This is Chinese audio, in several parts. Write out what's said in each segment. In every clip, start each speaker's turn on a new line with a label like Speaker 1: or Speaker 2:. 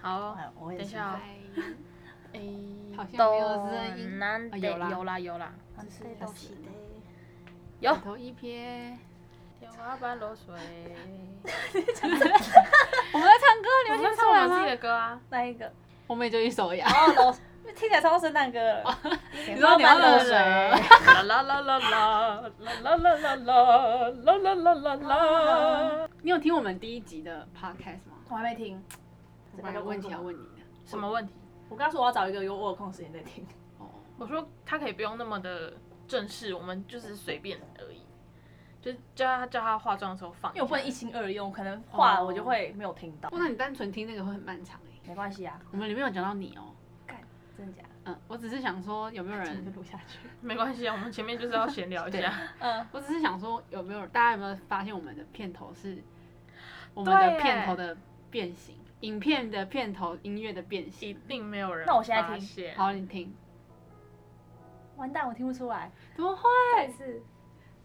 Speaker 1: 好哦，
Speaker 2: 哎我也
Speaker 1: 等一
Speaker 2: 是
Speaker 1: 下哦哎，
Speaker 3: 啊 好像没有
Speaker 1: 都
Speaker 3: 声音
Speaker 1: 难
Speaker 3: 啊
Speaker 1: 得
Speaker 3: 有啦
Speaker 1: 有啦有啦
Speaker 2: 这是
Speaker 1: 这
Speaker 2: 要
Speaker 1: 东
Speaker 2: 死
Speaker 1: 西
Speaker 2: 了
Speaker 1: 的
Speaker 3: 有
Speaker 1: 有
Speaker 3: 头一瞥。
Speaker 1: 天花板漏水，
Speaker 3: 我们在唱歌，你
Speaker 1: 我们
Speaker 3: 们听不
Speaker 1: 唱
Speaker 3: 出
Speaker 1: 我
Speaker 3: 来
Speaker 1: 们自己
Speaker 3: 吗？
Speaker 1: 的歌 啊，
Speaker 2: 那一个？
Speaker 3: 我们也就一首呀。
Speaker 2: 哦， 楼听起来超圣诞歌了。哦你
Speaker 3: 你说你要
Speaker 2: 漏
Speaker 3: 漏
Speaker 2: 水
Speaker 3: 水？
Speaker 1: 啦啦啦啦啦啦啦啦啦啦啦啦啦啦 啦。
Speaker 3: 你有听我们第一集的 podcast 吗？
Speaker 2: 我还没听。
Speaker 3: 我还有问题要问你的。
Speaker 1: 什么问题？
Speaker 2: 我刚说我要找一个有我有空时间再听。
Speaker 3: 哦，
Speaker 1: 我说他可以不用那么的正式，我们就是随便而已，就是叫他叫他化妆的时候放下。
Speaker 2: 因为我不能一心二用，可能话我就会没有听到。
Speaker 3: 不然你单纯听那个会很漫长哎。
Speaker 2: 没关系啊，
Speaker 3: 我们里面有讲到你哦。
Speaker 2: 真的假
Speaker 3: 嗯，我只是想说有没有
Speaker 2: 的？
Speaker 3: 人，
Speaker 2: 录下去。
Speaker 1: 没关系啊，我们前面就是要闲 聊一下。
Speaker 2: 嗯，
Speaker 3: 我只是想说有没有大家有没有发现我们的片头是我们
Speaker 1: 对
Speaker 3: 的
Speaker 1: 耶
Speaker 3: 片头的变形，影片的片头，音乐的变
Speaker 1: 一
Speaker 3: 形。
Speaker 1: 定没有人。
Speaker 2: 那我现在听
Speaker 1: 听
Speaker 3: 好，你听，
Speaker 2: 完蛋，我听不出来。
Speaker 3: 怎么会？
Speaker 2: 再次，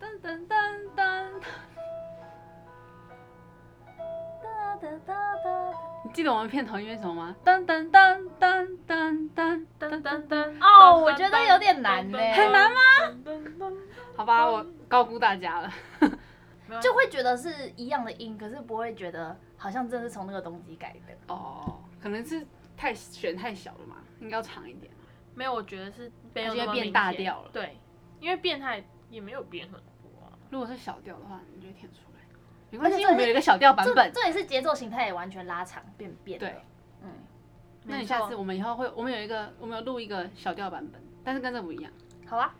Speaker 3: 噔噔噔噔，
Speaker 2: 哒哒哒哒。
Speaker 3: 你记得我们片头音乐是什么吗？噔噔噔噔噔噔
Speaker 1: 噔
Speaker 3: 噔
Speaker 1: 噔
Speaker 3: 噔。
Speaker 1: 噔。
Speaker 2: 哦我觉得有点难呢欸
Speaker 3: 很难
Speaker 1: 吗？噔噔
Speaker 3: 好吧，我高估大家了。
Speaker 1: 噔
Speaker 2: 就会觉得是一样的音，可是不会觉得好像真的是从那个东西改的。
Speaker 3: 哦，可能是太选太小了嘛，应该要长一点。
Speaker 1: 没有，我觉得是没有
Speaker 3: 它就会
Speaker 1: 那么
Speaker 3: 变
Speaker 1: 明
Speaker 3: 大
Speaker 1: 显
Speaker 3: 调了
Speaker 1: 对，因为变态也没有变很多啊。
Speaker 3: 如果是小调的话，你就会填出来。没
Speaker 2: 而
Speaker 3: 关
Speaker 2: 且
Speaker 3: 系，
Speaker 2: 这
Speaker 3: 我们有一个小调版
Speaker 2: 这
Speaker 3: 本。
Speaker 2: 这也是节奏形态也完全拉长变变。
Speaker 3: 对，，
Speaker 2: 嗯，
Speaker 3: 那
Speaker 1: 没
Speaker 3: 你
Speaker 1: 错
Speaker 3: 下次我们以后会，我们有一个，我们有录一个小调版本，但是跟这不一样。
Speaker 2: 好啊，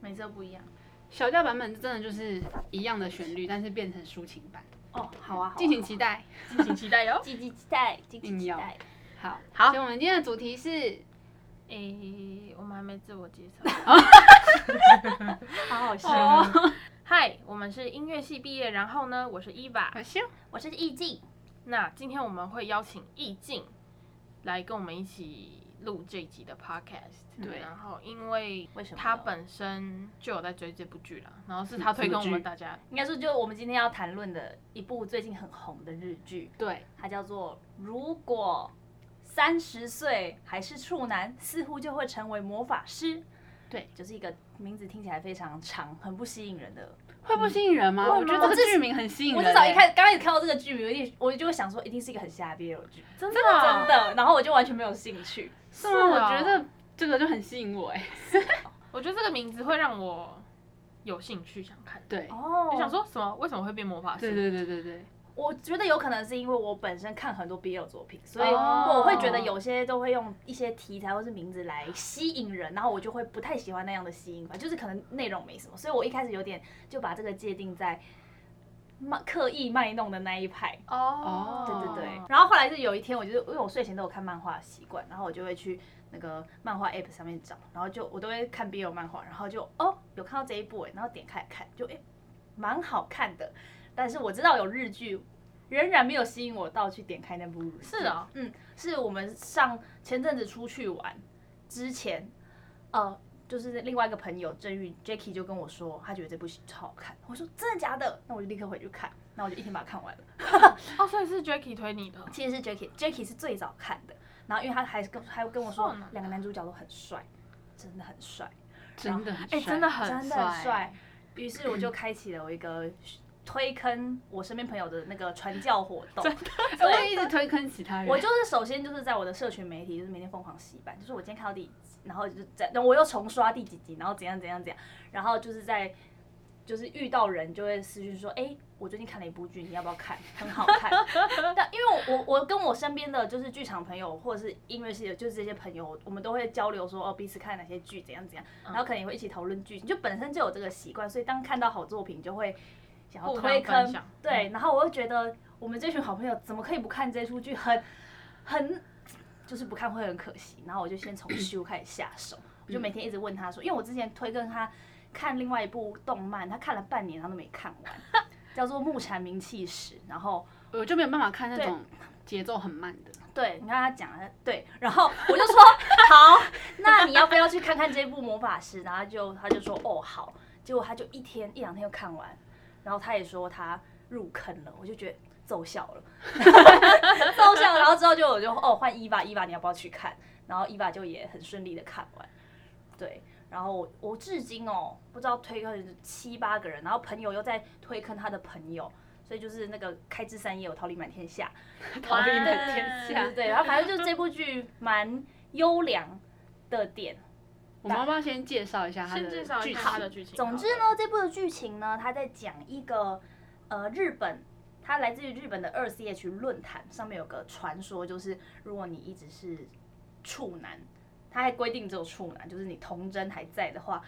Speaker 1: 每次都不一样。
Speaker 3: 小调版本真的就是一样的旋律，但是变成抒情版，
Speaker 2: 哦，好啊，好啊。
Speaker 3: 敬请期，待。
Speaker 1: 敬请期待哟
Speaker 2: 敬请期待，敬请期待
Speaker 3: 硬。好，
Speaker 1: 好
Speaker 3: 所以我们今天的主题是
Speaker 1: 诶、我们还没自我介绍。
Speaker 2: 好好笑
Speaker 3: 哦，
Speaker 1: 嗨，我们是音乐系毕业，然后呢，我是伊娃。
Speaker 3: 好笑，
Speaker 2: 我是意境，
Speaker 1: 那今天我们会邀请易静来跟我们一起录这一集的 podcast。
Speaker 3: 对
Speaker 1: 然后因为
Speaker 2: 为什么呢
Speaker 1: 他本身就有在追这部剧啦，然后是他推给我
Speaker 3: 什么
Speaker 1: 们
Speaker 3: 剧
Speaker 1: 大家。
Speaker 2: 应该说就我们今天要谈论的一部最近很红的日剧，
Speaker 3: 对，
Speaker 2: 它叫做《如果三十岁还是处男，似乎就会成为魔法师》。
Speaker 3: 对，
Speaker 2: 就是一个名字听起来非常长，很不吸引人的
Speaker 3: 会不吸引人吗？
Speaker 2: 会吗
Speaker 3: 我觉得这
Speaker 2: 我
Speaker 3: 个
Speaker 2: 至
Speaker 3: 剧名很吸引人
Speaker 2: 我
Speaker 3: 欸。
Speaker 2: 至少一开刚开始看到这个剧名，我一定我就会想说，一定是一个很瞎憋的剧，
Speaker 1: 真的
Speaker 2: 真
Speaker 1: 啊，
Speaker 2: 的。然后我就完全没有兴趣。
Speaker 3: 是吗？我
Speaker 1: 哦
Speaker 3: 觉得这个就很吸引我哎。
Speaker 1: 我觉得这个名字会让我有兴趣想看。
Speaker 3: 对，
Speaker 2: 哦
Speaker 1: 就想，说什么？为什么会变魔法师？
Speaker 3: 对对对对对，
Speaker 2: 我觉得有可能是因为我本身看很多 BL 作品，所以
Speaker 1: 哦
Speaker 2: 我会觉得有些都会用一些题材或是名字来吸引人，然后我就会不太喜欢那样的吸引法，就是可能内容没什么，所以我一开始有点就把这个界定在卖刻意卖弄的那一派。
Speaker 1: 哦
Speaker 3: 哦
Speaker 2: 对对对，然后后来是有一天，我就是因为我睡前都有看漫画的习惯，然后我就会去那个漫画 app 上面找，然后就我都会看 BL 漫画，然后就哦有看到这一部哎，然后点开来看，就哎蛮好看的，但是我知道有日剧，仍然没有吸引我到去点开那部日剧。
Speaker 1: 是哦，
Speaker 2: 嗯，是我们上前阵子出去玩之前，呃。就是另外一个朋友郑玉 Jacky 就跟我说，他觉得这部戏超好看。我说真的假的？那我就立刻回去看，那我就一天把它看完了。
Speaker 1: 哦，所以是 Jacky 推 你的。
Speaker 2: 其实是 Jacky，Jacky 是最早看的，然后因为他还是跟哦还跟我说
Speaker 1: 算了
Speaker 2: 两个男主角都很帅，真的很帅，
Speaker 3: 真的很
Speaker 1: 哎、
Speaker 3: 帅
Speaker 1: 真的很
Speaker 2: 真的很帅。于是我就开启了我一个推坑我身边朋友的那个传教活动，
Speaker 3: 我会一直推坑其他人。
Speaker 2: 我就是首先就是在我的社群媒体，就是每天疯狂洗版，就是我今天看到第几集，然后就是在，我又重刷第几集，然后怎样怎样怎样，然后就是在就是遇到人就会私讯说，哎、我最近看了一部剧，你要不要看？很好看。 但因为我我我跟我身边的就是剧场朋友或者是音乐系的，就是这些朋友，我们都会交流说，哦，彼此看哪些剧，怎样怎样，然后可能也会一起讨论剧情，就本身就有这个习惯，所以当看到好作品就会想要
Speaker 1: 互相分
Speaker 2: 推坑嗯
Speaker 1: 享，
Speaker 2: 对，然后我又觉得我们这群好朋友怎么可以不看这出剧，很很就是不看会很可惜。然后我就先从 修开始下手，我就每天一直问他说，因为我之前推跟他看另外一部动漫，他看了半年他都没看完，叫做《木蝉鸣泣时》，然后
Speaker 3: 我就没有办法看那种节奏很慢的。
Speaker 2: 对，你看他讲了，对，然后我就说好，那你要不要去看看这部魔法师？然后他就他就说哦好，结果他就一天一两天就看完，然后他也说他入坑了，我就觉得奏效了， 奏效了。然后之后就我就哦换伊娃，伊娃你要不要去看？然后伊娃就也很顺利的看完，对。然后我我至今哦不知道推坑七八个人，然后朋友又在推坑他的朋友，所以就是那个开枝散叶，我桃李满天下，
Speaker 3: 逃避满天
Speaker 1: 哇
Speaker 3: 下
Speaker 2: 对。对，然后反正就这部剧蛮优良的点。
Speaker 3: 我妈妈先介绍一下她的
Speaker 1: 先介绍一
Speaker 3: 剧
Speaker 1: 下
Speaker 3: 情
Speaker 1: 它的剧情。
Speaker 2: 总之呢，，这部的剧情呢，它在讲一个呃日本，它来自于日本的二 CH 论坛上面有个传说，就是如果你一直是处男，它还规定只有处男，就是你童真还在的话，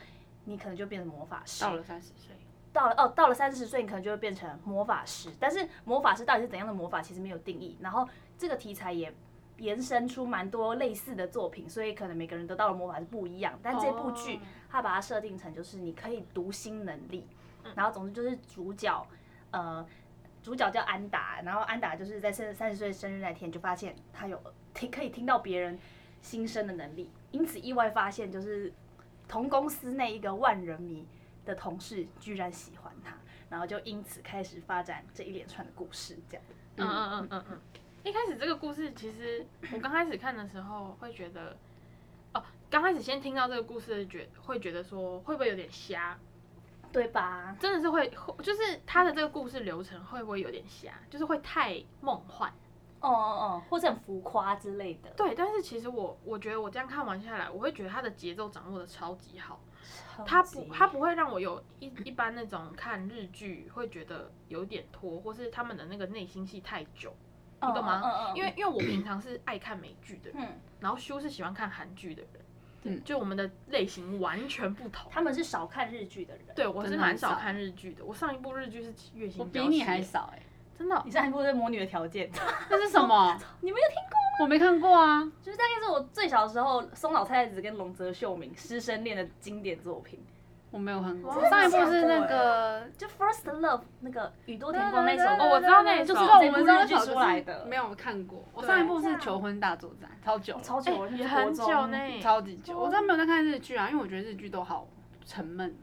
Speaker 2: 你可能就变成魔法师。
Speaker 3: 到了三十岁，
Speaker 2: 到了哦，到了三十岁，你可能就会变成魔法师。但是魔法师到底是怎样的魔法，其实没有定义。然后这个题材也延伸出蛮多类似的作品，所以可能每个人得到的魔法是不一样。但这部剧
Speaker 3: 哦
Speaker 2: 它把它设定成就是你可以读心能力，然后总之就是主角呃。主角叫安达，然后安达就是在三三十岁生日那天就发现他有听可以听到别人心声的能力，因此意外发现就是同公司内一个万人迷的同事居然喜欢他，然后就因此开始发展这一连串的故事，这样。
Speaker 1: 嗯嗯嗯嗯嗯，一开始这个故事其实我刚开始看的时候会觉得，哦，刚开始先听到这个故事觉会觉得说会不会有点瞎，
Speaker 2: 对吧？
Speaker 1: 真的是会，会就是他的这个故事流程会不会有点瞎，就是会太梦幻。
Speaker 2: 哦哦哦，或者很浮夸之类的，
Speaker 1: 对，但是其实我我觉得我这样看完下来，我会觉得他的节奏掌握的超级好，他不他不会让我有一一般那种看日剧会觉得有点拖，或是他们的那个内心戏太久。
Speaker 2: 你
Speaker 1: 懂吗
Speaker 2: 嗯嗯，
Speaker 1: 因为因为我平常是爱看美剧的人，
Speaker 2: 嗯，
Speaker 1: 然后修是喜欢看韩剧的人，
Speaker 3: 嗯
Speaker 1: 就我们的类型完全不同。
Speaker 2: 他们是少看日剧的人。
Speaker 1: 对我是
Speaker 3: 真的很
Speaker 1: 蛮少
Speaker 3: 少
Speaker 1: 看日剧的，我上一部日剧是《月
Speaker 3: 我
Speaker 1: 薪
Speaker 3: 比
Speaker 1: 娇
Speaker 3: 你
Speaker 1: 妻
Speaker 3: 还
Speaker 1: 耶
Speaker 3: 少哎、
Speaker 1: 真的哦
Speaker 2: 你上一部对魔女的条 件，
Speaker 3: 这是什么？
Speaker 2: 你没有听过？
Speaker 3: 我没看过啊。
Speaker 2: 就是大概是我最小的时候，松岛菜菜子跟龙泽秀明师生恋的经典作品，
Speaker 3: 我没有看过，
Speaker 1: 哇
Speaker 3: 上一部是那个
Speaker 2: 就 First Love 那个宇多田光那首歌，
Speaker 1: 哦我知道那一
Speaker 2: 就是
Speaker 1: 首
Speaker 2: 这
Speaker 3: 我
Speaker 2: 部
Speaker 3: 们
Speaker 2: 日
Speaker 3: 上
Speaker 2: 剧出来的，
Speaker 3: 没有看过。我
Speaker 2: 对
Speaker 3: 上一部是《求婚大作战》，超久了，
Speaker 2: 超久了，
Speaker 1: 哎也很久呢。
Speaker 3: 超级久。
Speaker 2: 哦
Speaker 3: 我真的没有在看日剧啊，因为我觉得日剧都好沉闷，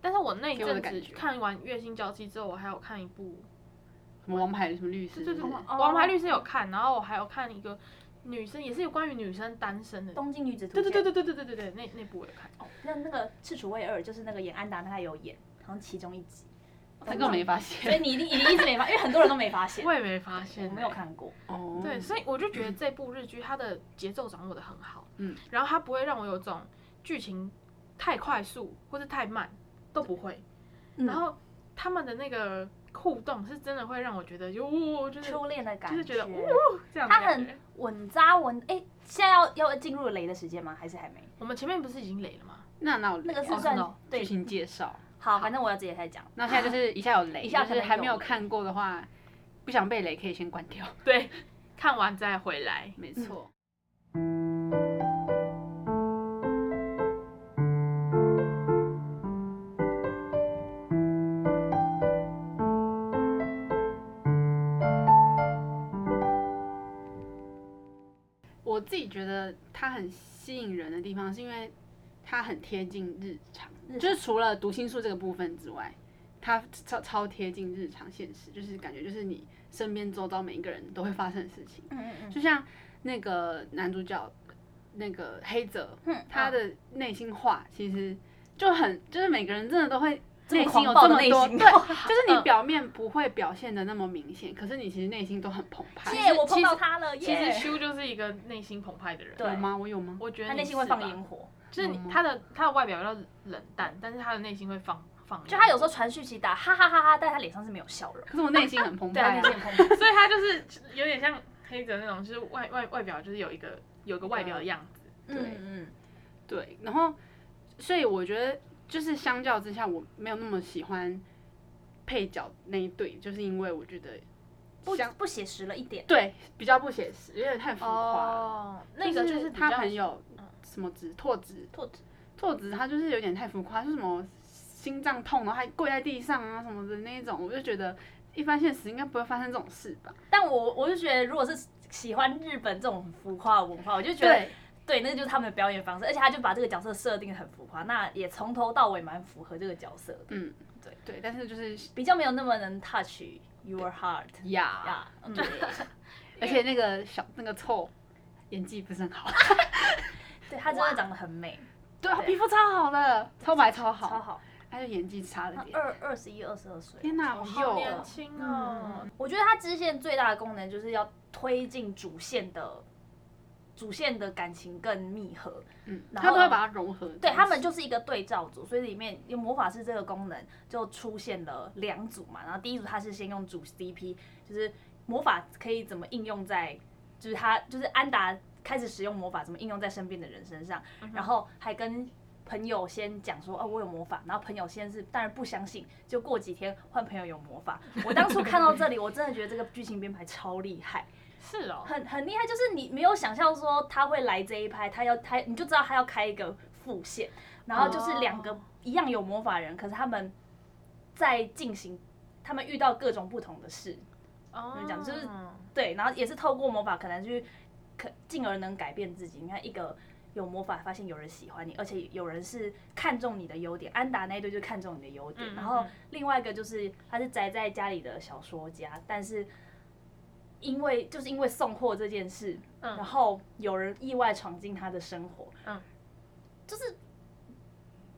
Speaker 1: 但是我那一
Speaker 3: 给我的
Speaker 1: 阵
Speaker 3: 感
Speaker 1: 子
Speaker 3: 觉
Speaker 1: 看完《月薪娇妻》之后，我还有看一部，
Speaker 3: 什么王牌什么律师
Speaker 1: 对，对对，对
Speaker 2: 哦
Speaker 1: 《王牌律师》有看，然后我还有看一个女生，也是有关于女生单身的。
Speaker 2: 东京女子图
Speaker 1: 对
Speaker 2: 鉴，
Speaker 1: 对对对对对对对对，那那部我有看。
Speaker 2: 那那个赤楚卫二就是那个演安达，那他有演，好像其中一集。
Speaker 3: 这个我没发
Speaker 2: 所以
Speaker 3: 现。
Speaker 2: 你一定你一直没发，因为很多人都没发 现。
Speaker 1: 我也没发现、欸
Speaker 2: 我没有。看嗯过，
Speaker 3: 哦
Speaker 1: 对，所以我就觉得这部日剧它的节奏掌握的很好，
Speaker 3: 嗯，
Speaker 1: 然后它不会让我有种剧情太快速或是太慢都不会，
Speaker 2: 嗯
Speaker 1: 然后他们的那个互动是真的会让我觉得哟，就是
Speaker 2: 初恋的感
Speaker 1: 就是
Speaker 2: 觉，
Speaker 1: 觉得呜这样的
Speaker 2: 他
Speaker 1: 感
Speaker 2: 很
Speaker 1: 觉。
Speaker 2: 稳扎稳。哎、现在要要进入雷的时间吗？还是还没？
Speaker 1: 我们前面不是已经累了吗？
Speaker 3: 那那我
Speaker 2: 那个是
Speaker 1: 哦
Speaker 2: 算、
Speaker 1: 真的哦
Speaker 2: 对
Speaker 3: 剧。情介绍。
Speaker 2: 好，反正我要直接开始讲。
Speaker 3: 那现在就是一下有雷，
Speaker 2: 一下可
Speaker 3: 就
Speaker 2: 能
Speaker 3: 是
Speaker 2: 有
Speaker 3: 还没有看过的话，不想被雷可以先关掉。
Speaker 1: 对，看完再回 来。
Speaker 3: 没错，
Speaker 2: 嗯
Speaker 3: 我自己觉得它很吸引人的地方，是因为它很贴近日常，
Speaker 2: 日常
Speaker 3: 就是除了读心术这个部分之外，它超超贴近日常现实，就是感觉就是你身边周遭每一个人都会发生的事情。
Speaker 2: 嗯嗯
Speaker 3: 就像那个男主角那个黑泽，
Speaker 2: 嗯
Speaker 3: 他的内心话其实就很，就是每个人真的都会
Speaker 2: 这么
Speaker 3: 内心有
Speaker 2: 狂暴
Speaker 3: 这
Speaker 2: 的
Speaker 3: 么多，
Speaker 2: 内心
Speaker 3: 对， 就是你
Speaker 1: 嗯
Speaker 3: 表面不会表现的那么明显，可是你其实内心都很澎湃。
Speaker 2: 耶，我碰
Speaker 1: 其实
Speaker 2: 到他了
Speaker 1: 其实
Speaker 2: 耶！
Speaker 1: 修就是一个内心澎湃的人，
Speaker 2: 对
Speaker 3: 有吗？我有吗？
Speaker 1: 我觉得
Speaker 2: 他
Speaker 1: 你
Speaker 2: 内心会放
Speaker 1: 是吧
Speaker 2: 烟，火，
Speaker 1: 就是
Speaker 3: 有
Speaker 1: 你
Speaker 3: 吗
Speaker 1: 他的他的外表要冷淡，但是他的内心会放放。
Speaker 2: 就他有时候，传讯息打哈哈哈哈，但他脸上是没有笑容。
Speaker 3: 可是我内心很澎
Speaker 2: 对，他
Speaker 3: 湃
Speaker 2: 内
Speaker 3: 啊
Speaker 2: 心。很澎湃。
Speaker 1: 所以他就是有点像黑泽那种，就是外外外表就是有一个有一个外表的样子。
Speaker 2: 嗯嗯，
Speaker 3: 对，然后所以我觉得就是相较之下，我没有那么喜欢配角那一对，就是因为我觉得
Speaker 2: 不
Speaker 3: 相
Speaker 2: 不写实了一点。
Speaker 3: 对比较不写实，有点太浮夸
Speaker 2: 哦
Speaker 3: 了。，
Speaker 1: 那个
Speaker 3: 就是
Speaker 1: 是
Speaker 3: 他朋
Speaker 1: 友
Speaker 3: 友什么子拓子，
Speaker 2: 兔子
Speaker 3: 拓子他就是有点太浮夸，就是什么心脏痛，然后还跪在地上啊什么的那一种，我就觉得一般现实应该不会发生这种事吧？
Speaker 2: 但我我就觉得，如果是喜欢日本这种浮夸的文化，我就觉得对，那就是他们的表演方式，而且他就把这个角色设定得很浮夸，那也从头到尾蛮符合这个角色的，
Speaker 3: 嗯，
Speaker 2: 对
Speaker 3: 对，但是就是
Speaker 2: 比较没有那么能 touch Your Heart
Speaker 3: 呀，
Speaker 2: 呀，嗯，对
Speaker 3: 而且那个小那个臭演技不是很好，
Speaker 2: 对她真的长得很美，
Speaker 3: 对，啊她皮肤超好的，超白超嗯
Speaker 2: 超
Speaker 3: 好，
Speaker 2: 好，
Speaker 3: 她就演技差了
Speaker 2: 她
Speaker 3: 点。
Speaker 2: 二二十一、二十二岁，
Speaker 3: 天哪，
Speaker 2: 超
Speaker 3: 好
Speaker 1: 好
Speaker 3: 幼
Speaker 1: 年
Speaker 3: 哦，
Speaker 1: 轻哦
Speaker 2: 嗯，，我觉得它支线最大的功能就是要推进主线的主线的感情更密合。
Speaker 3: 嗯，
Speaker 2: 然
Speaker 3: 她都
Speaker 2: 后
Speaker 3: 会把它融合在一起。
Speaker 2: 对他们就是一个对照组，所以里面有魔法师这个功能就出现了两组嘛。然后第一组它是先用主 CP，就是魔法可以怎么应用在，就是他就是安达开始使用魔法怎么应用在身边的人身上，然后还跟。朋友先讲说哦，我有魔法，然后朋友先是当然不相信，就过几天换朋友有魔法。我当初看到这里，我真的觉得这个剧情编排超厉害，
Speaker 1: 是哦，
Speaker 2: 很很厉害，就是你没有想象说他会来这一拍，他要他你就知道他要开一个副线，然后就是两个
Speaker 1: 哦
Speaker 2: 一样有魔法人，可是他们在进行，他们遇到各种不同的事，
Speaker 1: 哦
Speaker 2: 们讲就是对，然后也是透过魔法可能去可进而能改变自己。你看一个。有魔法，发现有人喜欢你，而且有人是看中你的优点。安达那一对就是看中你的优点，
Speaker 1: 嗯嗯
Speaker 2: 然后
Speaker 1: 嗯
Speaker 2: 另外一个就是他是宅在家里的小说家，但是因为就是因为送货这件事，
Speaker 1: 嗯
Speaker 2: 然后有人意外闯进他的生活，
Speaker 1: 嗯，
Speaker 2: 就是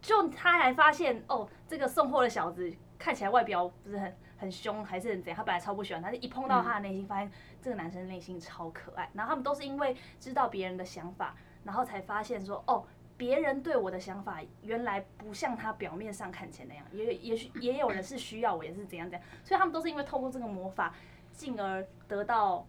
Speaker 2: 就他还发现哦，这个送货的小子看起来外表不是很很凶，还是很怎样，他本来超不喜欢，但是一碰到他的内心，发现这个男生内心超可爱，然后他们都是因为知道别人的想法，然后才发现说哦。别人对我的想法原来不像他表面上看起来那样，也也许也有人是需要我，也是怎样怎样，所以他们都是因为透过这个魔法，进而得到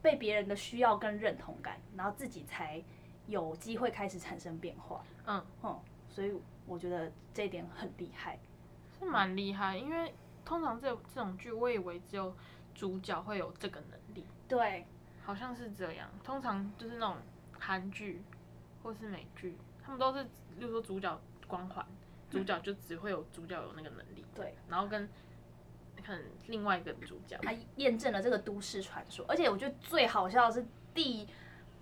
Speaker 2: 被别人的需要跟认同感，然后自己才有机会开始产生变化。
Speaker 1: 嗯
Speaker 2: 嗯，所以我觉得这一点很厉害。
Speaker 1: 是蛮厉害，因为通常这这种剧，我以为只有主角会有这个能力，
Speaker 2: 对，
Speaker 1: 好像是这样。通常就是那种韩剧或是美剧，他们都是，例如说主角光 环，主角就只会有主角有那个能力，
Speaker 2: 对，
Speaker 1: 然后跟可能另外一个主角，
Speaker 2: 他验证了这个都市传说，而且我觉得最好笑的是第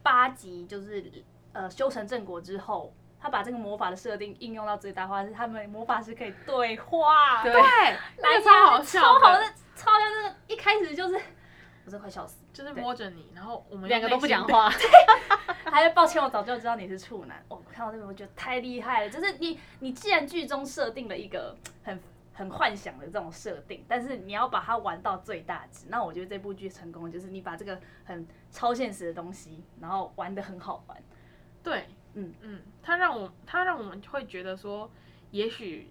Speaker 2: 八集，就是呃修成正果之后。他把这个魔法的设定应用到最大化，是他们魔法师可以对话，
Speaker 3: 对，
Speaker 1: 那
Speaker 2: 来
Speaker 1: 个超好笑的
Speaker 2: 超好的，超好笑的。一开始就是，我真快笑死。
Speaker 1: 就是摸着你，然后我们
Speaker 3: 两个都不讲
Speaker 1: 话。
Speaker 3: 话，
Speaker 2: 还有，哎抱歉，我早就知道你是处男。我看到这边，我觉得太厉害了。就是你，你既然剧中设定了一个很很幻想的这种设定，但是你要把它玩到最大值。那我觉得这部剧成功，就是你把这个很超现实的东西，然后玩的很好玩。
Speaker 1: 对，
Speaker 2: 嗯
Speaker 1: 嗯，他让我他让我们会觉得说，也许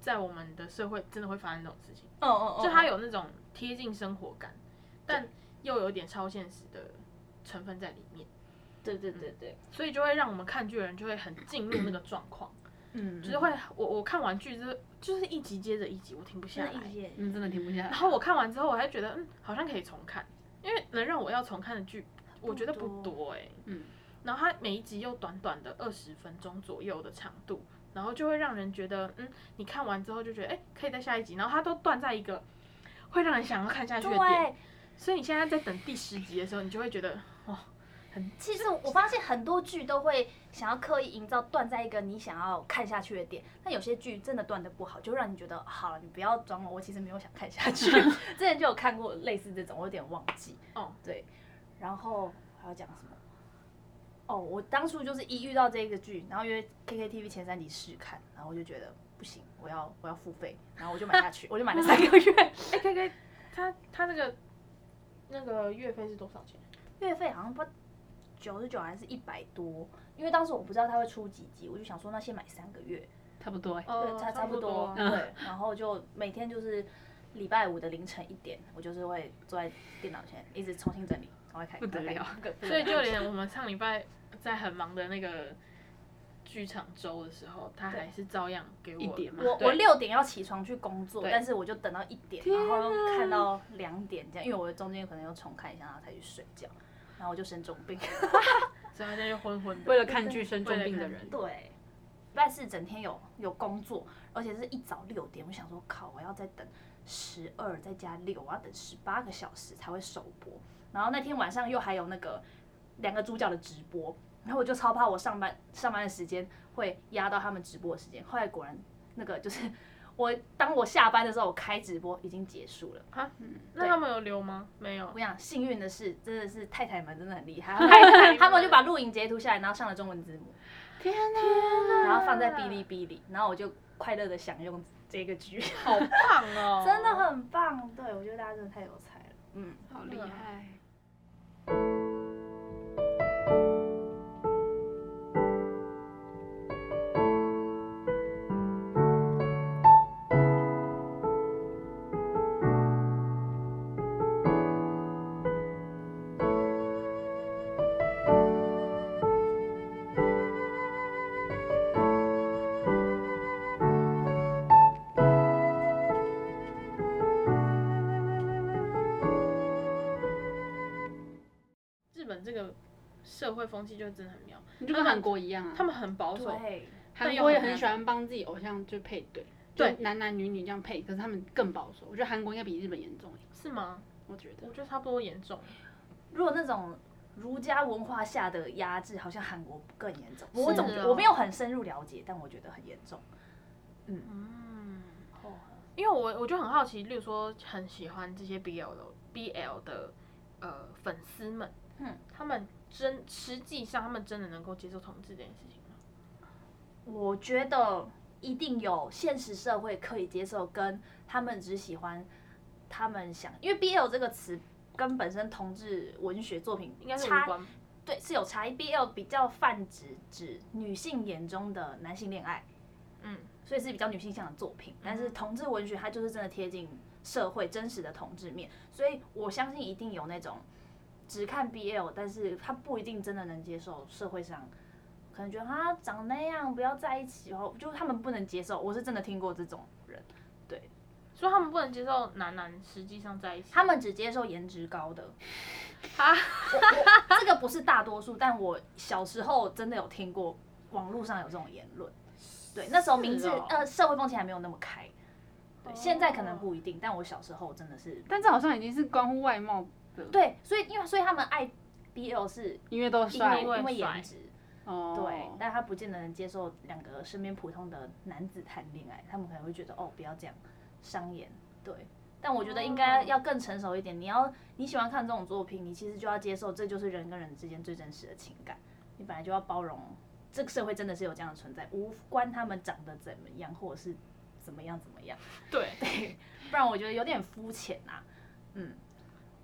Speaker 1: 在我们的社会真的会发生这种事情，
Speaker 2: 嗯嗯
Speaker 1: 就它有那种贴近生活感，但又有一点超现实的成分在里面，
Speaker 2: 对对对对，
Speaker 1: 所以就会让我们看剧的人就会很进入那个状况，
Speaker 3: 嗯，
Speaker 1: 就是会我我看完剧就是就是一集接着一集，我停不下来。
Speaker 2: 夜
Speaker 3: 嗯，真的停不下来
Speaker 1: 然。后我看完之后，我还觉得嗯，好像可以重看，因为能让我要重看的剧，我觉得不多哎、
Speaker 3: 嗯，
Speaker 1: 然后它每一集又短短的二十分钟左右的长度，然后就会让人觉得，嗯，你看完之后就觉得，哎，可以在下一集，然后它都断在一个会让人想要看下去的点，
Speaker 2: 对，
Speaker 1: 所以你现在在等第十集的时候，你就会觉得，哇，
Speaker 2: 其实我发现很多剧都会想要刻意营造断在一个你想要看下去的点，但有些剧真的断的不好，就让你觉得好了，你不要装了，我其实没有想看下去。之前就有看过类似这种，我有点忘记。
Speaker 1: 哦，
Speaker 2: 对，然后还要讲什么？哦，我当初就是一遇到这个剧，然后因为 KKTV 前三集试看，然后我就觉得不行，我要我要付费，然后我就买下去，我就买了三个月，
Speaker 1: 哎，K K，它它那个那个月费是多少钱？
Speaker 2: 月费好像不九十九还是一百多，因为当时我不知道它会出几集，我就想说那先买三个月，
Speaker 3: 差不多欸。
Speaker 1: 哦
Speaker 2: 对，呃差差不多，
Speaker 1: 嗯
Speaker 2: 对，然后就每天就是礼拜五的凌晨一点，我就是会坐在电脑前一直重新整理，赶快看，
Speaker 3: 不得
Speaker 2: 赶快
Speaker 3: 了
Speaker 2: 看，不得
Speaker 1: 所以
Speaker 2: 了
Speaker 1: 就连我们上礼拜在很忙的那个剧场周的时候，他还是照样给我
Speaker 3: 一点嘛
Speaker 2: 我
Speaker 1: 对
Speaker 2: 我六点要起床去工作，
Speaker 1: 对啊
Speaker 2: 但是我就等到一点，然后看到两点这样，因为我中间可能要重看一下，然后才去睡觉，然后我就生重病。
Speaker 1: 所以他现在就昏昏的。
Speaker 3: 为了看剧生重病的人，
Speaker 2: 对，礼拜四整天有有工作，而且是一早六点，我想说靠，我要再等十二再加六，我要等十八个小时才会首播。然后那天晚上又还有那个两个主角的直播，然后我就超怕我上班上班的时间会压到他们直播的时间。后来果然那个就是 我当我下班的时候，我开直播已经结束了。
Speaker 1: 那他们有留吗？没有
Speaker 2: 我。想幸运的是，真的是太太们真的很厉害，他们他们就把录影截图下来，然后上了中文字幕，
Speaker 3: 天哪！
Speaker 2: 然后放在哔哩哔哩，然后我就快乐的享用这个剧，
Speaker 1: 好棒 哦！
Speaker 2: 真的很棒。对，我觉得大家真的太有才了。嗯，
Speaker 3: 好厉害。
Speaker 1: 日本这个社会风气就真的很妙，
Speaker 3: 你就跟韩国一样啊，
Speaker 1: 他们很保守，
Speaker 2: 对，
Speaker 3: 韩国也很喜欢帮自己偶像就配对，对，男男女女这样配，可是他们更保守。我觉得韩国应该比日本严重一点，
Speaker 1: 是吗？
Speaker 3: 我觉得
Speaker 1: 我觉得差不多严重。
Speaker 2: 如果那种儒家文化下的压制，好像韩国更严重。我
Speaker 1: 是
Speaker 2: 总
Speaker 1: 哦
Speaker 2: 我没有很深入了解，但我觉得很严重。
Speaker 1: 嗯，因为我我就很好奇，例如说很喜欢这些 BL 的 BL 的呃粉丝们，
Speaker 2: 嗯，
Speaker 1: 他们真实际上他们真的能够接受同志这件事情吗？
Speaker 2: 我觉得一定有现实社会可以接受，跟他们只喜欢他们想，因为 BL 这个词跟本身同志文学作品
Speaker 1: 应该是无
Speaker 2: 差
Speaker 1: 关吧。
Speaker 2: 对是有差异，BL 比较泛指指女性眼中的男性恋爱，
Speaker 1: 嗯，
Speaker 2: 所以是比较女性向的作品。但是同志文学它就是真的贴近社会真实的同志面，所以我相信一定有那种只看 BL，但是他不一定真的能接受社会上。可能觉得啊长那样不要在一起哦，就是他们不能接受。我是真的听过这种人，
Speaker 1: 所以他们不能接受男男实际上在一起。
Speaker 2: 他们只接受颜值 高的。
Speaker 1: 啊，
Speaker 2: 我这个不是大多数，但我小时候真的有听过网络上有这种言论。对，那时候明治、
Speaker 1: 是哦
Speaker 2: 呃社会风气还没有那么开，对，
Speaker 1: 哦
Speaker 2: 现在可能不一定，但我小时候真的是
Speaker 3: 但这好像已经是关乎外貌的，
Speaker 2: 对，所以因为所以他们爱 BL 是
Speaker 3: 因为都
Speaker 2: 因为
Speaker 3: 帅
Speaker 1: 因为
Speaker 2: 因为
Speaker 1: 帅
Speaker 2: 颜值，
Speaker 3: 哦，
Speaker 2: 对，但他不见得能接受两个身边普通的男子谈恋爱，他们可能会觉得哦，不要这样伤眼。对，但我觉得应该
Speaker 1: 哦
Speaker 2: 要更成熟一点。你要你喜欢看这种作品，你其实就要接受，这就是人跟人之间最真实的情感。你本来就要包容，这个社会真的是有这样的存在，无关他们长得怎么样，或者是怎么样怎么样。
Speaker 1: 对，
Speaker 2: 不然我觉得有点肤浅呐。嗯，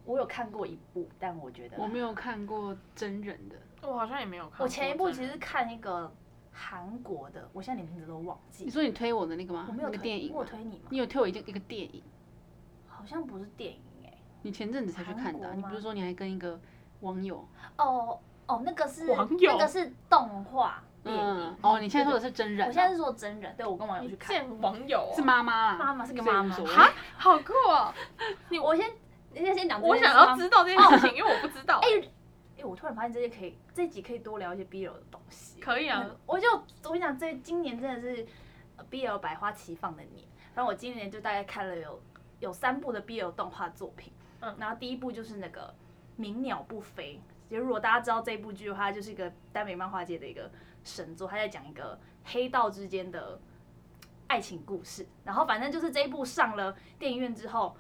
Speaker 2: 我有看过一部，但我觉得
Speaker 3: 我没有看过真人的，
Speaker 1: 我好像也没有看过这个。
Speaker 2: 我前一部其实看一个韩国的，我现在连名字都忘记
Speaker 3: 你。说你推我的那个吗？
Speaker 2: 我没有
Speaker 3: 啊那个
Speaker 2: 推
Speaker 3: 电影吗，
Speaker 2: 我有推你吗？
Speaker 3: 你有推我一个一个电影，
Speaker 2: 好像不是电影哎、
Speaker 3: 你前阵子才去看的啊、
Speaker 2: 韩国
Speaker 3: 你
Speaker 2: 吗
Speaker 3: 不是说你还跟一个网友？
Speaker 2: 哦哦，那个是
Speaker 1: 网友
Speaker 2: 那个是动画电影。
Speaker 3: 嗯，哦，你现在说的是真人啊、
Speaker 2: 我现在是说真人，对我跟网友去
Speaker 1: 你
Speaker 2: 看。
Speaker 1: 见网友哦
Speaker 3: 是妈啊妈啦，
Speaker 2: 妈妈是个妈妈
Speaker 3: 所以无所谓
Speaker 1: 哈，好酷哦！
Speaker 2: 你我先先先讲这
Speaker 1: 我
Speaker 2: 件事
Speaker 1: 想
Speaker 2: 吗，
Speaker 1: 要知道这件事情，因为我不知道。
Speaker 2: 哎哎、我突然发现这些可以，这一集可以多聊一些 BL 的东西。
Speaker 1: 可以啊，
Speaker 2: 我就我跟你讲，这今年真的是呃 BL 百花齐放的年。反正我今年就大概看了有有三部的 BL 动画作品，
Speaker 1: 嗯
Speaker 2: 然后第一部就是那个《鸣鸟不飞》，其实如果大家知道这部剧的话，它就是一个耽美漫画界的一个神作，它在讲一个黑道之间的爱情故事。然后反正就是这一部上了电影院之后。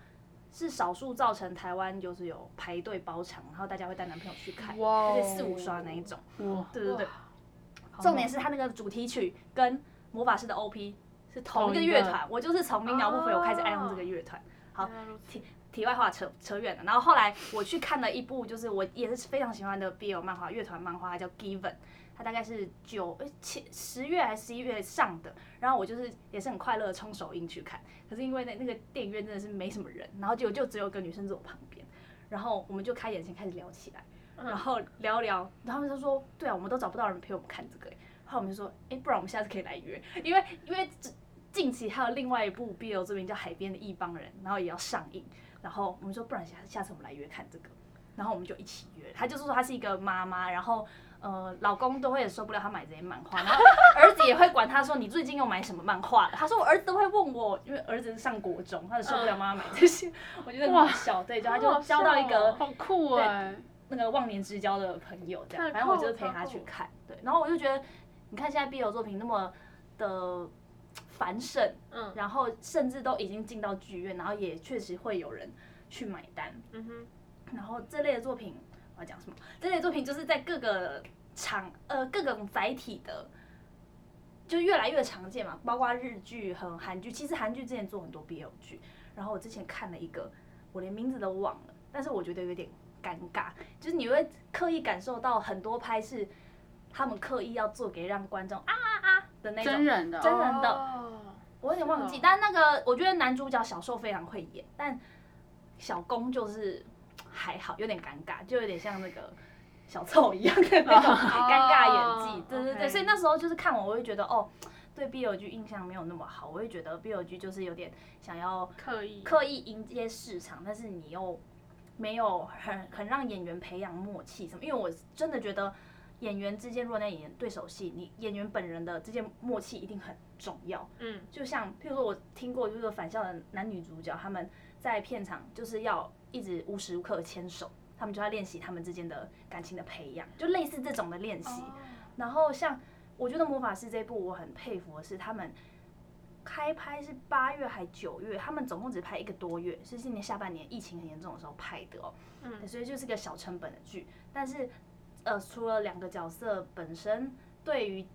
Speaker 2: 是少数造成台湾就是有排队包场，然后大家会带男朋友去看，
Speaker 1: 哇哦
Speaker 2: 而且四五刷那一种。
Speaker 3: 哇，
Speaker 2: 对对对，
Speaker 1: 好
Speaker 2: 重点是他那个主题曲跟魔法师的 OP 是同一个啊乐
Speaker 3: 同
Speaker 2: 团，我就是从民谣部分我开始爱上这个乐团。好
Speaker 1: 原来如此
Speaker 2: 题外话扯扯远了，然后后来我去看了一部，就是我也是非常喜欢的 BL 漫画乐团漫画，它叫 Given，它大概是九诶七十月还是十一月上的，然后我就是也是很快乐的冲首映去看，可是因为那那个电影院真的是没什么人，然后就就只有一个女生坐我旁边，然后我们就开眼睛开始聊起来，
Speaker 1: 嗯
Speaker 2: 然后聊聊，然后他们就说，对啊，我们都找不到人陪我们看这个、欸，然后我们就说，哎、不然我们下次可以来约， 因为因为这近期还有另外一部 BL 这边叫《海边的一帮人》，然后也要上映，然后我们说，不然下下次我们来约看这个，然后我们就一起约，他就是说她是一个妈妈，然后。呃，老公都会受不了她买这些漫画，然后儿子也会管他说你最近又买什么漫画了。他说我儿子都会问我，因为儿子是上国中，他就受不了妈妈买这些， 我觉得很好笑。对，就他
Speaker 1: 好
Speaker 2: 就
Speaker 1: 好
Speaker 2: 交到一
Speaker 1: 笑
Speaker 2: 个
Speaker 1: 哦
Speaker 3: 好酷哎、
Speaker 2: 那个忘年之交的朋友这样，
Speaker 1: 太
Speaker 2: 反正我
Speaker 1: 酷
Speaker 2: 就是
Speaker 1: 了
Speaker 2: 陪
Speaker 1: 太
Speaker 2: 他
Speaker 1: 酷
Speaker 2: 去
Speaker 1: 了
Speaker 2: 看，对，然后我就觉得，你看现在 BL 作品那么的繁盛，
Speaker 1: 嗯
Speaker 2: 然后甚至都已经进到剧院，然后也确实会有人去买单。
Speaker 1: 嗯哼，
Speaker 2: 然后这类的作品，我要讲什么？这类的作品就是在各个场呃各种载体的，就越来越常见嘛，包括日剧和韩剧。其实韩剧之前做很多 BL 剧，然后我之前看了一个，我连名字都忘了，但是我觉得有点尴尬，就是你会刻意感受到很多拍是他们刻意要做给让观众啊啊啊的那种
Speaker 3: 真人的哦
Speaker 2: 真人的
Speaker 1: 哦
Speaker 2: 我有点忘记，
Speaker 1: 是哦
Speaker 2: 但那个我觉得男主角小受非常会演，但小公就是还好，有点尴尬，就有点像那个小丑一样的 那种尴尬演技。对对对
Speaker 1: 哦 OK
Speaker 2: 所以那时候就是看我，我会觉得哦，对 BL 剧印象没有那么好，我会觉得 BL 剧就是有点想要
Speaker 1: 刻意
Speaker 2: 刻意迎接市场，但是你又没有很很让演员培养默契什么，因为我真的觉得演员之间如果在演对手戏，你演员本人的之间默契一定很重要。
Speaker 1: 嗯
Speaker 2: 就像譬如说我听过就是返校的男女主角，他们在片场就是要一直无时无刻牵手，他们就要练习他们之间的感情的培养，就类似这种的练习。
Speaker 1: 哦
Speaker 2: 然后像我觉得《魔法师》这一部，我很佩服的是他们开拍是八月还九月，他们总共只拍一个多月，是今年下半年疫情很严重的时候拍的哦。
Speaker 1: 嗯
Speaker 2: 所以就是个小成本的剧，但是呃，除了两个角色本身对于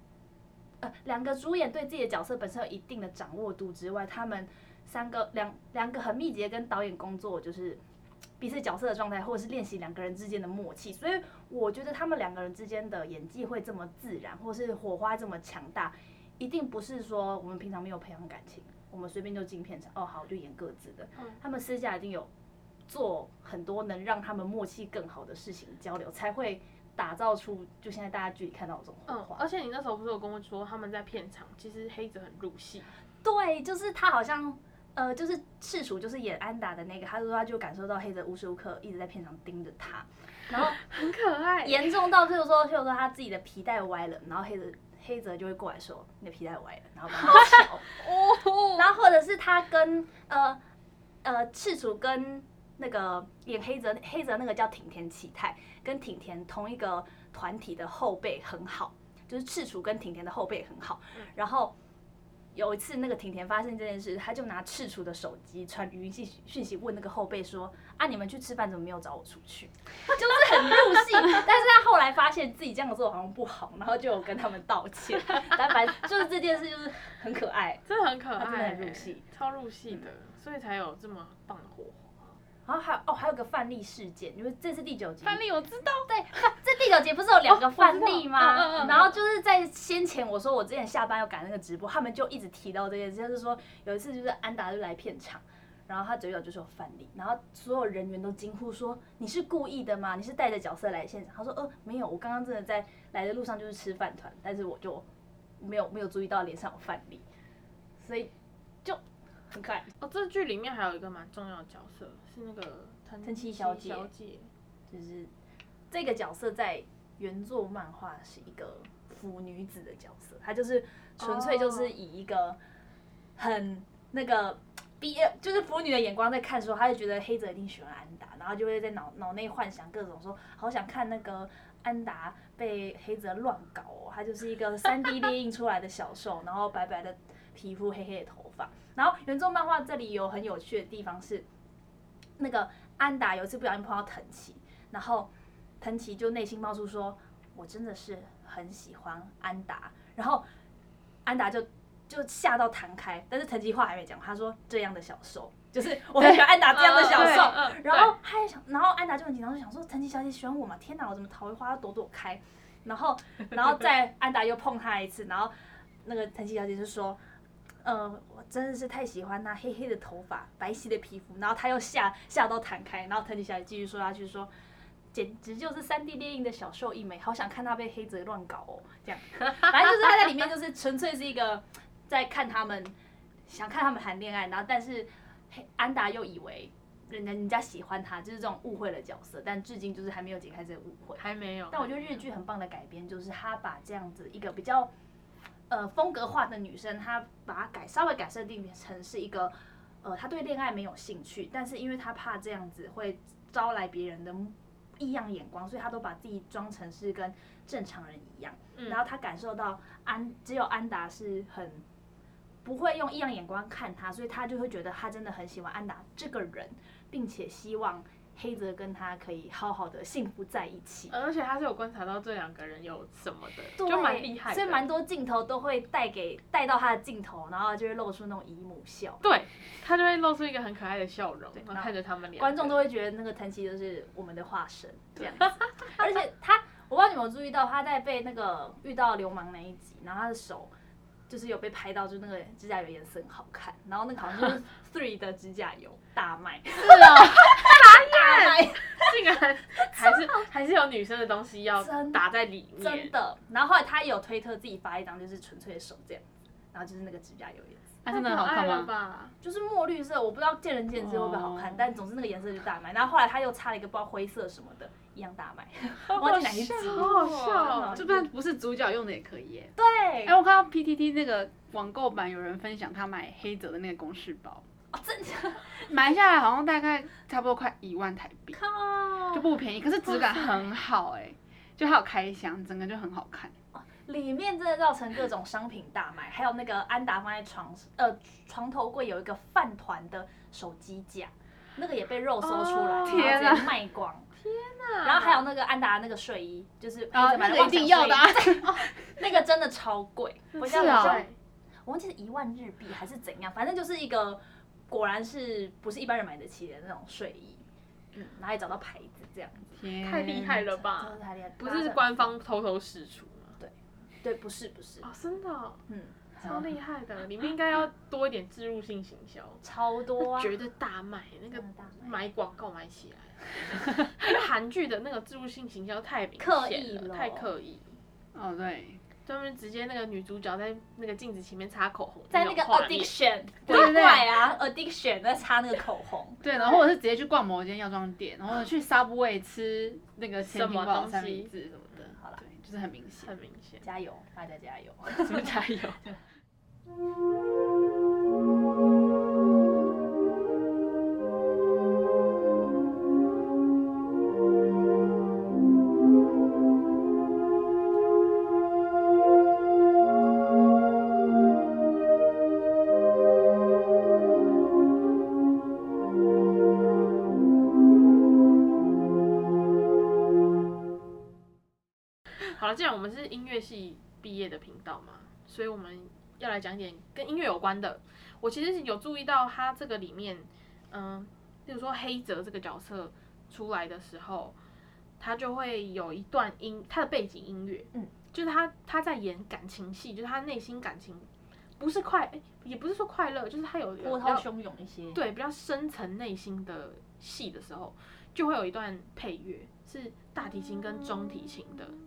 Speaker 2: 呃两个主演对自己的角色本身有一定的掌握度之外，他们三个两两个很密集的跟导演工作，就是彼此角色的状态，或者是练习两个人之间的默契。所以我觉得他们两个人之间的演技会这么自然，或是火花这么强大，一定不是说我们平常没有培养感情，我们随便就进片场，哦好，我就演各自的。
Speaker 1: 嗯
Speaker 2: 他们私下一定有做很多能让他们默契更好的事情交流，才会打造出就现在大家剧里看到的这种火
Speaker 1: 嗯
Speaker 2: 花。，
Speaker 1: 而且你那时候不是有跟我说他们在片场，其实黑子很入戏，
Speaker 2: 对，就是他好像。呃，就是赤楚，就是演安达的那个，他说他就感受到黑泽无时无刻一直在片场盯着他，然后
Speaker 1: 很可爱。
Speaker 2: 严重到，譬如说，譬如说他自己的皮带歪了，然后黑泽黑泽就会过来说你的皮带歪了，然后帮他瞧。
Speaker 1: 哦，
Speaker 2: 然后或者是他跟呃呃赤楚跟那个演黑泽黑泽那个叫挺田启太，跟挺田同一个团体的后辈很好，就是赤楚跟挺田的后辈很好。然后有一次那个挺田发现这件事，他就拿赤楚的手机传语音信息讯息问那个后辈说啊你们去吃饭怎么没有找我出去？ 就是很入戏，但是他后来发现自己这样做好像不好，然后就有跟他们道歉。但反正就是这件事就是很可爱。
Speaker 1: 真的很可爱，欸
Speaker 2: 他真的很入戏，
Speaker 1: 超入戏嗯的，所以才有这么棒的火花。
Speaker 2: 然后还有哦，还有个范例事件，因为这是第九集。
Speaker 1: 例我知道，
Speaker 2: 对，范这第九集不是有两个范例吗？
Speaker 1: 哦我知道嗯嗯嗯嗯
Speaker 2: 然后就是在先前我说我之前下班要赶那个直播，他们就一直提到这件事，就是说有一次就是安达就来片场。然后他嘴角就说范例，然后所有人员都惊呼说：“你是故意的吗？你是带着角色来现场？”他说：“呃，没有，我刚刚真的在来的路上就是吃饭团，但是我就没有没有注意到脸上有范例，所以就很可爱。
Speaker 1: 哦，这剧里面还有一个蛮重要的角色是那个藤
Speaker 2: 藤崎
Speaker 1: 崎
Speaker 2: 小姐
Speaker 1: 姐，
Speaker 2: 就是这个角色在原作漫画是一个腐女子的角色，她就是纯粹就是以一个很那个 BL 就是腐女的眼光在看的时候，她就觉得黑泽一定喜欢安达，然后就会在脑脑内幻想各种说，好想看那个。安达被黑泽乱搞哦，她就是一个三 D 列印出来的小兽，然后白白的皮肤，黑黑的头发。然后原作漫画这里有很有趣的地方是，那个安达有一次不小心碰到藤崎，然后藤崎就内心冒出说：“我真的是很喜欢安达。”然后安达就就吓到弹开，但是藤崎话还没讲，他说：“这样的小兽，就是我很喜欢安达这样的小
Speaker 1: 对
Speaker 2: 兽。”
Speaker 1: 嗯
Speaker 2: 然后他也想，然后安达就很紧张，就想说：“呃陈琦小姐喜欢我吗？天哪，我怎么桃花朵朵开？”然后，然后再安达又碰他一次，然后那个陈琦小姐就说：“呃，我真的是太喜欢那黑黑的头发、白皙的皮肤。”然后他又吓吓到弹开，然后陈琦小姐继续说下去说。简直就是三 D 猎鹰的小兽一枚，好想看他被黑泽乱搞哦！这样， 反正就是他在里面就是纯粹是一个在看他们，想看他们谈恋爱，然后但是黑安达又以为人家人家喜欢他，就是这种误会的角色，但至今就是还没有解开这个误会。
Speaker 1: 还没有，
Speaker 2: 但我觉得日剧很棒的改编，就是他把这样子一个比较呃风格化的女生，她把她改稍微改设定成是一个呃，她对恋爱没有兴趣，但是因为她怕这样子会招来别人的异样眼光，所以她都把自己装成是跟正常人一样。
Speaker 1: 嗯
Speaker 2: 然后她感受到安只有安达是很不会用异样眼光看他，所以他就会觉得他真的很喜欢安达这个人，并且希望黑泽跟他可以好好的幸福在一起。
Speaker 1: 呃而且他是有观察到这两个人有什么的，
Speaker 2: 对
Speaker 1: 就蛮厉害的。
Speaker 2: 所以蛮多镜头都会带给带到他的镜头，然后就会露出那种姨母笑，
Speaker 1: 对，他就会露出一个很可爱的笑容
Speaker 2: 对，
Speaker 1: 然后看着他们俩。
Speaker 2: 观众都会觉得那个藤崎就是我们的化身这样子。
Speaker 1: 啊
Speaker 2: 而且他，我不知道你有没有注意到，他在被那个遇到流氓那一集，然后他的手就是有被拍到，就那个指甲油颜色很好看，然后那个好像就是 Three 的指甲油 大卖，
Speaker 1: 是啊，
Speaker 2: 大卖
Speaker 1: 竟然还是还是有女生的东西要
Speaker 2: 真
Speaker 1: 打在里面，
Speaker 2: 真的。然后后来他也有推特自己发一张，就是纯粹的手这样子，然后就是那个指甲油颜色。
Speaker 3: 它真的很好看
Speaker 1: 太可爱了
Speaker 3: 吗？
Speaker 1: 吧？
Speaker 2: 就是墨绿色，我不知道见仁见智会不会好看
Speaker 3: 哦
Speaker 2: 但总之那个颜色就大卖。然后后来他又插了一个不知道灰色什么的，一样大 卖。忘记哪一集
Speaker 1: 好好笑
Speaker 2: 真
Speaker 1: 哦
Speaker 2: 的！
Speaker 3: 就算不是主角用的也可以耶。
Speaker 2: 对
Speaker 3: 哎、，我看到 PTT 那个网购版有人分享他买黑泽的那个公式包，
Speaker 2: 哦，真的
Speaker 3: 买下来好像大概差不多快一万台币，
Speaker 2: 靠
Speaker 3: 就不便宜，可是质感很好哎、就还有开箱，整个就很好看。
Speaker 2: 里面真的造成各种商品大卖，还有那个安达放在床呃床头柜有一个饭团的手机架，那个也被肉搜出来，
Speaker 1: 哦
Speaker 2: 然后
Speaker 3: 天
Speaker 2: 直
Speaker 3: 啊
Speaker 2: 接卖 光。
Speaker 1: 啊
Speaker 2: 然后还有那个安达那个睡衣，就是
Speaker 3: 啊，
Speaker 2: 黑色版的
Speaker 3: 那个一
Speaker 2: 妄想
Speaker 3: 定要的、啊
Speaker 2: 睡，衣，那个真的超贵，我
Speaker 3: 是啊
Speaker 2: 像我忘记是一万日币还是怎样，反正就是一个果然是不是一般人买得起的那种睡衣，嗯，然后也找到牌子这样子，
Speaker 1: 对太厉害了
Speaker 2: 真
Speaker 1: 吧
Speaker 2: 的？太厉害了，
Speaker 1: 不
Speaker 2: 大家
Speaker 1: 是
Speaker 2: 真的
Speaker 1: 官方偷偷试出吗？
Speaker 2: 对，不是不是，
Speaker 1: 哦，真的哦
Speaker 2: 嗯，
Speaker 1: 超厉害的，里面应该要多一点植入性行销，
Speaker 2: 超多啊，
Speaker 1: 绝对大卖那个
Speaker 2: 真的大卖
Speaker 1: 买广告买起来。因为韩剧的那个植入性行销太明显
Speaker 2: 刻意了
Speaker 1: 太刻意，
Speaker 3: 哦，对，
Speaker 1: 专门直接那个女主角在那个镜子前面擦口红，
Speaker 2: 在那个
Speaker 1: 画面
Speaker 2: addiction，
Speaker 3: 对对
Speaker 2: 鬼
Speaker 3: 对
Speaker 2: 怪啊，addiction 在擦那个口红，
Speaker 3: 对，然后我是直接去逛某一间药妆店，然后去 Subway 吃那个
Speaker 1: 什
Speaker 3: 千
Speaker 1: 么东
Speaker 3: 金堡
Speaker 1: 西
Speaker 3: 三明治什么的。
Speaker 2: 好啦
Speaker 3: 对，就是很明显
Speaker 1: 很。明 显。
Speaker 2: 加油，大家加油！
Speaker 1: 什么加油？ 好了，既然我们是音乐系毕业的频道嘛，所以我们要来讲一点跟音乐有关的。我其实是有注意到他这个里面，嗯，比如说黑泽这个角色出来的时候，他就会有一段音，他的背景音乐，
Speaker 2: 嗯，
Speaker 1: 就是他他在演感情戏，就是他内心感情不是快，诶也不是说快乐，就是他有有
Speaker 2: 波涛汹涌一些，
Speaker 1: 对比较深层内心的戏的时候，就会有一段配乐是大提琴跟中提琴的，
Speaker 2: 嗯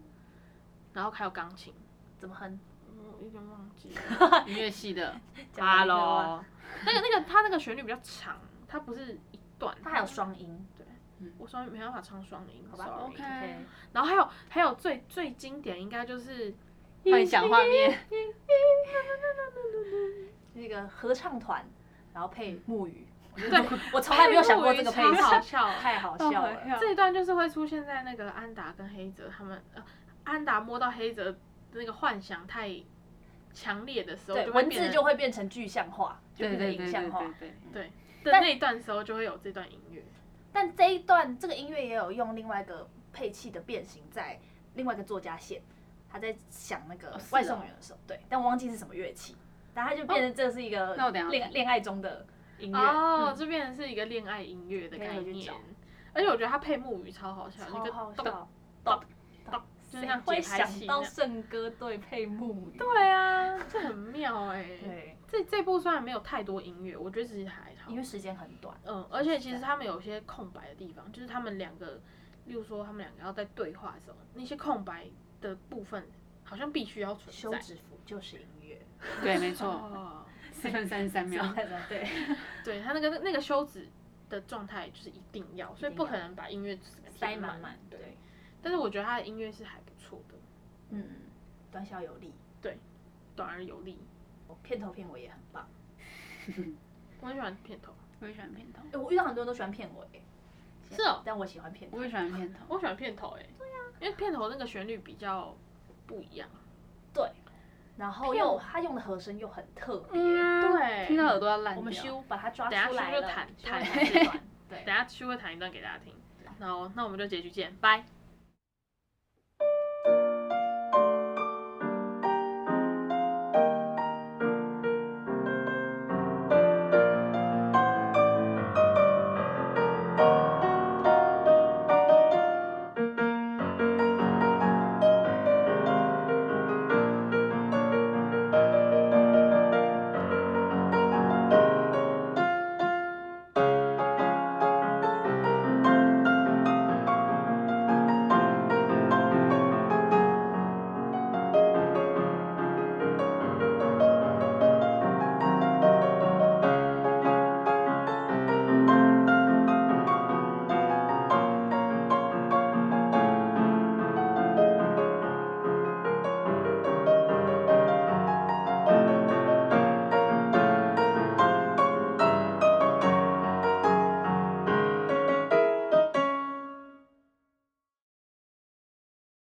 Speaker 1: 然后还有钢琴。
Speaker 2: 怎么哼？
Speaker 1: 嗯，有点忘记 了。
Speaker 3: 音乐系的，
Speaker 1: 哈
Speaker 2: 啊
Speaker 1: 喽，那个那个，它那个旋律比较长，它不是一段。
Speaker 2: 它还有双音，
Speaker 1: 我双没办法唱双音
Speaker 2: 好吧
Speaker 1: ，sorry。
Speaker 3: OK
Speaker 1: 然后还有还有最最经典应该就是
Speaker 3: 幻想画 面，
Speaker 2: 那个合唱团，然后配木鱼，
Speaker 1: 嗯对，
Speaker 2: 我从来没有想过这个配
Speaker 1: 超好
Speaker 2: 置，
Speaker 1: 笑。哦
Speaker 2: 太好笑
Speaker 3: 好好
Speaker 2: 了。
Speaker 3: 笑
Speaker 1: 这一段就是会出现在那个安达跟黑泽他们，呃，安达摸到黑泽的那个幻想太强烈的时候，
Speaker 2: 对，
Speaker 1: 就会
Speaker 2: 文
Speaker 1: 变
Speaker 2: 字
Speaker 1: 成
Speaker 2: 就会变成具象化，就
Speaker 3: 对
Speaker 2: 变成
Speaker 3: 对对
Speaker 2: 影
Speaker 3: 对
Speaker 2: 像
Speaker 3: 对
Speaker 2: 化。
Speaker 3: 对，
Speaker 1: 的那一段时候就会有这段音乐，
Speaker 2: 但这一段这个音乐也有用另外一个配器的变形，在另外一个作家线，他在想那个
Speaker 1: 哦是哦
Speaker 2: 外送员的时候，对，但我忘记是什么乐器，然后他就变成这是一个
Speaker 3: 那我等一下
Speaker 2: 恋恋爱中的音乐，
Speaker 1: 哦，
Speaker 2: 嗯
Speaker 1: 这变成是一个恋爱音乐的概
Speaker 2: 可以回去
Speaker 1: 念
Speaker 2: 找。
Speaker 1: 而且我觉得他配木鱼超好笑，那
Speaker 2: 超
Speaker 1: 个
Speaker 2: 哦好
Speaker 1: 咚
Speaker 2: 笑，咚
Speaker 1: 咚就是
Speaker 2: 谁
Speaker 1: 像节
Speaker 2: 会
Speaker 1: 拍
Speaker 2: 想
Speaker 1: 器
Speaker 2: 到
Speaker 1: 那样
Speaker 2: 圣歌对配木鱼？
Speaker 1: 对啊，这很妙哎、
Speaker 2: 对，
Speaker 1: 这这部虽然没有太多音乐，我觉得其实还好
Speaker 2: 因。为啊时间很短，
Speaker 1: 嗯，而且其实他们有些空白的地方，就是他们两个，例如说他们两个要在对话的时候，那些空白的部分好像必须要
Speaker 2: 休
Speaker 1: 存在。
Speaker 2: 止符就是音乐，
Speaker 3: 对，没错，
Speaker 1: 哦，
Speaker 3: 四分三十三秒。
Speaker 2: 对，
Speaker 1: 对他那个那个休止的状态就是一定要，所以
Speaker 2: 一定
Speaker 1: 不
Speaker 2: 要
Speaker 1: 可能把音乐整个
Speaker 2: 塞
Speaker 1: 填
Speaker 2: 满满，
Speaker 1: 对，
Speaker 2: 对，
Speaker 1: 但是我觉得他的音乐是还不错的，
Speaker 2: 嗯，短小有力，
Speaker 1: 短而有力。
Speaker 2: 片头片尾也很棒。
Speaker 1: 我很喜欢片头，
Speaker 3: 我也喜欢片头，
Speaker 2: 欸我遇到很多人都喜欢片尾、
Speaker 1: 是哦
Speaker 2: 但我喜欢片头
Speaker 3: 我也喜欢片头。
Speaker 1: 我喜欸
Speaker 2: 啊
Speaker 1: 欢片头哎、对呀、因为片头那个旋律比较不一样。
Speaker 2: 对，然后
Speaker 1: 骗
Speaker 2: 又
Speaker 1: 我
Speaker 2: 他用的和声又很特别。
Speaker 3: 嗯啊
Speaker 1: 对
Speaker 3: 听到耳朵要烂掉。
Speaker 2: 我们修把它抓
Speaker 1: 等下
Speaker 2: 出
Speaker 1: 修
Speaker 2: 来
Speaker 1: 就
Speaker 2: 了
Speaker 1: 弹，
Speaker 2: 修
Speaker 1: 弹
Speaker 2: 了
Speaker 1: 一
Speaker 2: 这
Speaker 1: 段
Speaker 2: 段对
Speaker 1: 等一下去会弹一段给大家听。然后，那我们就结局见，拜。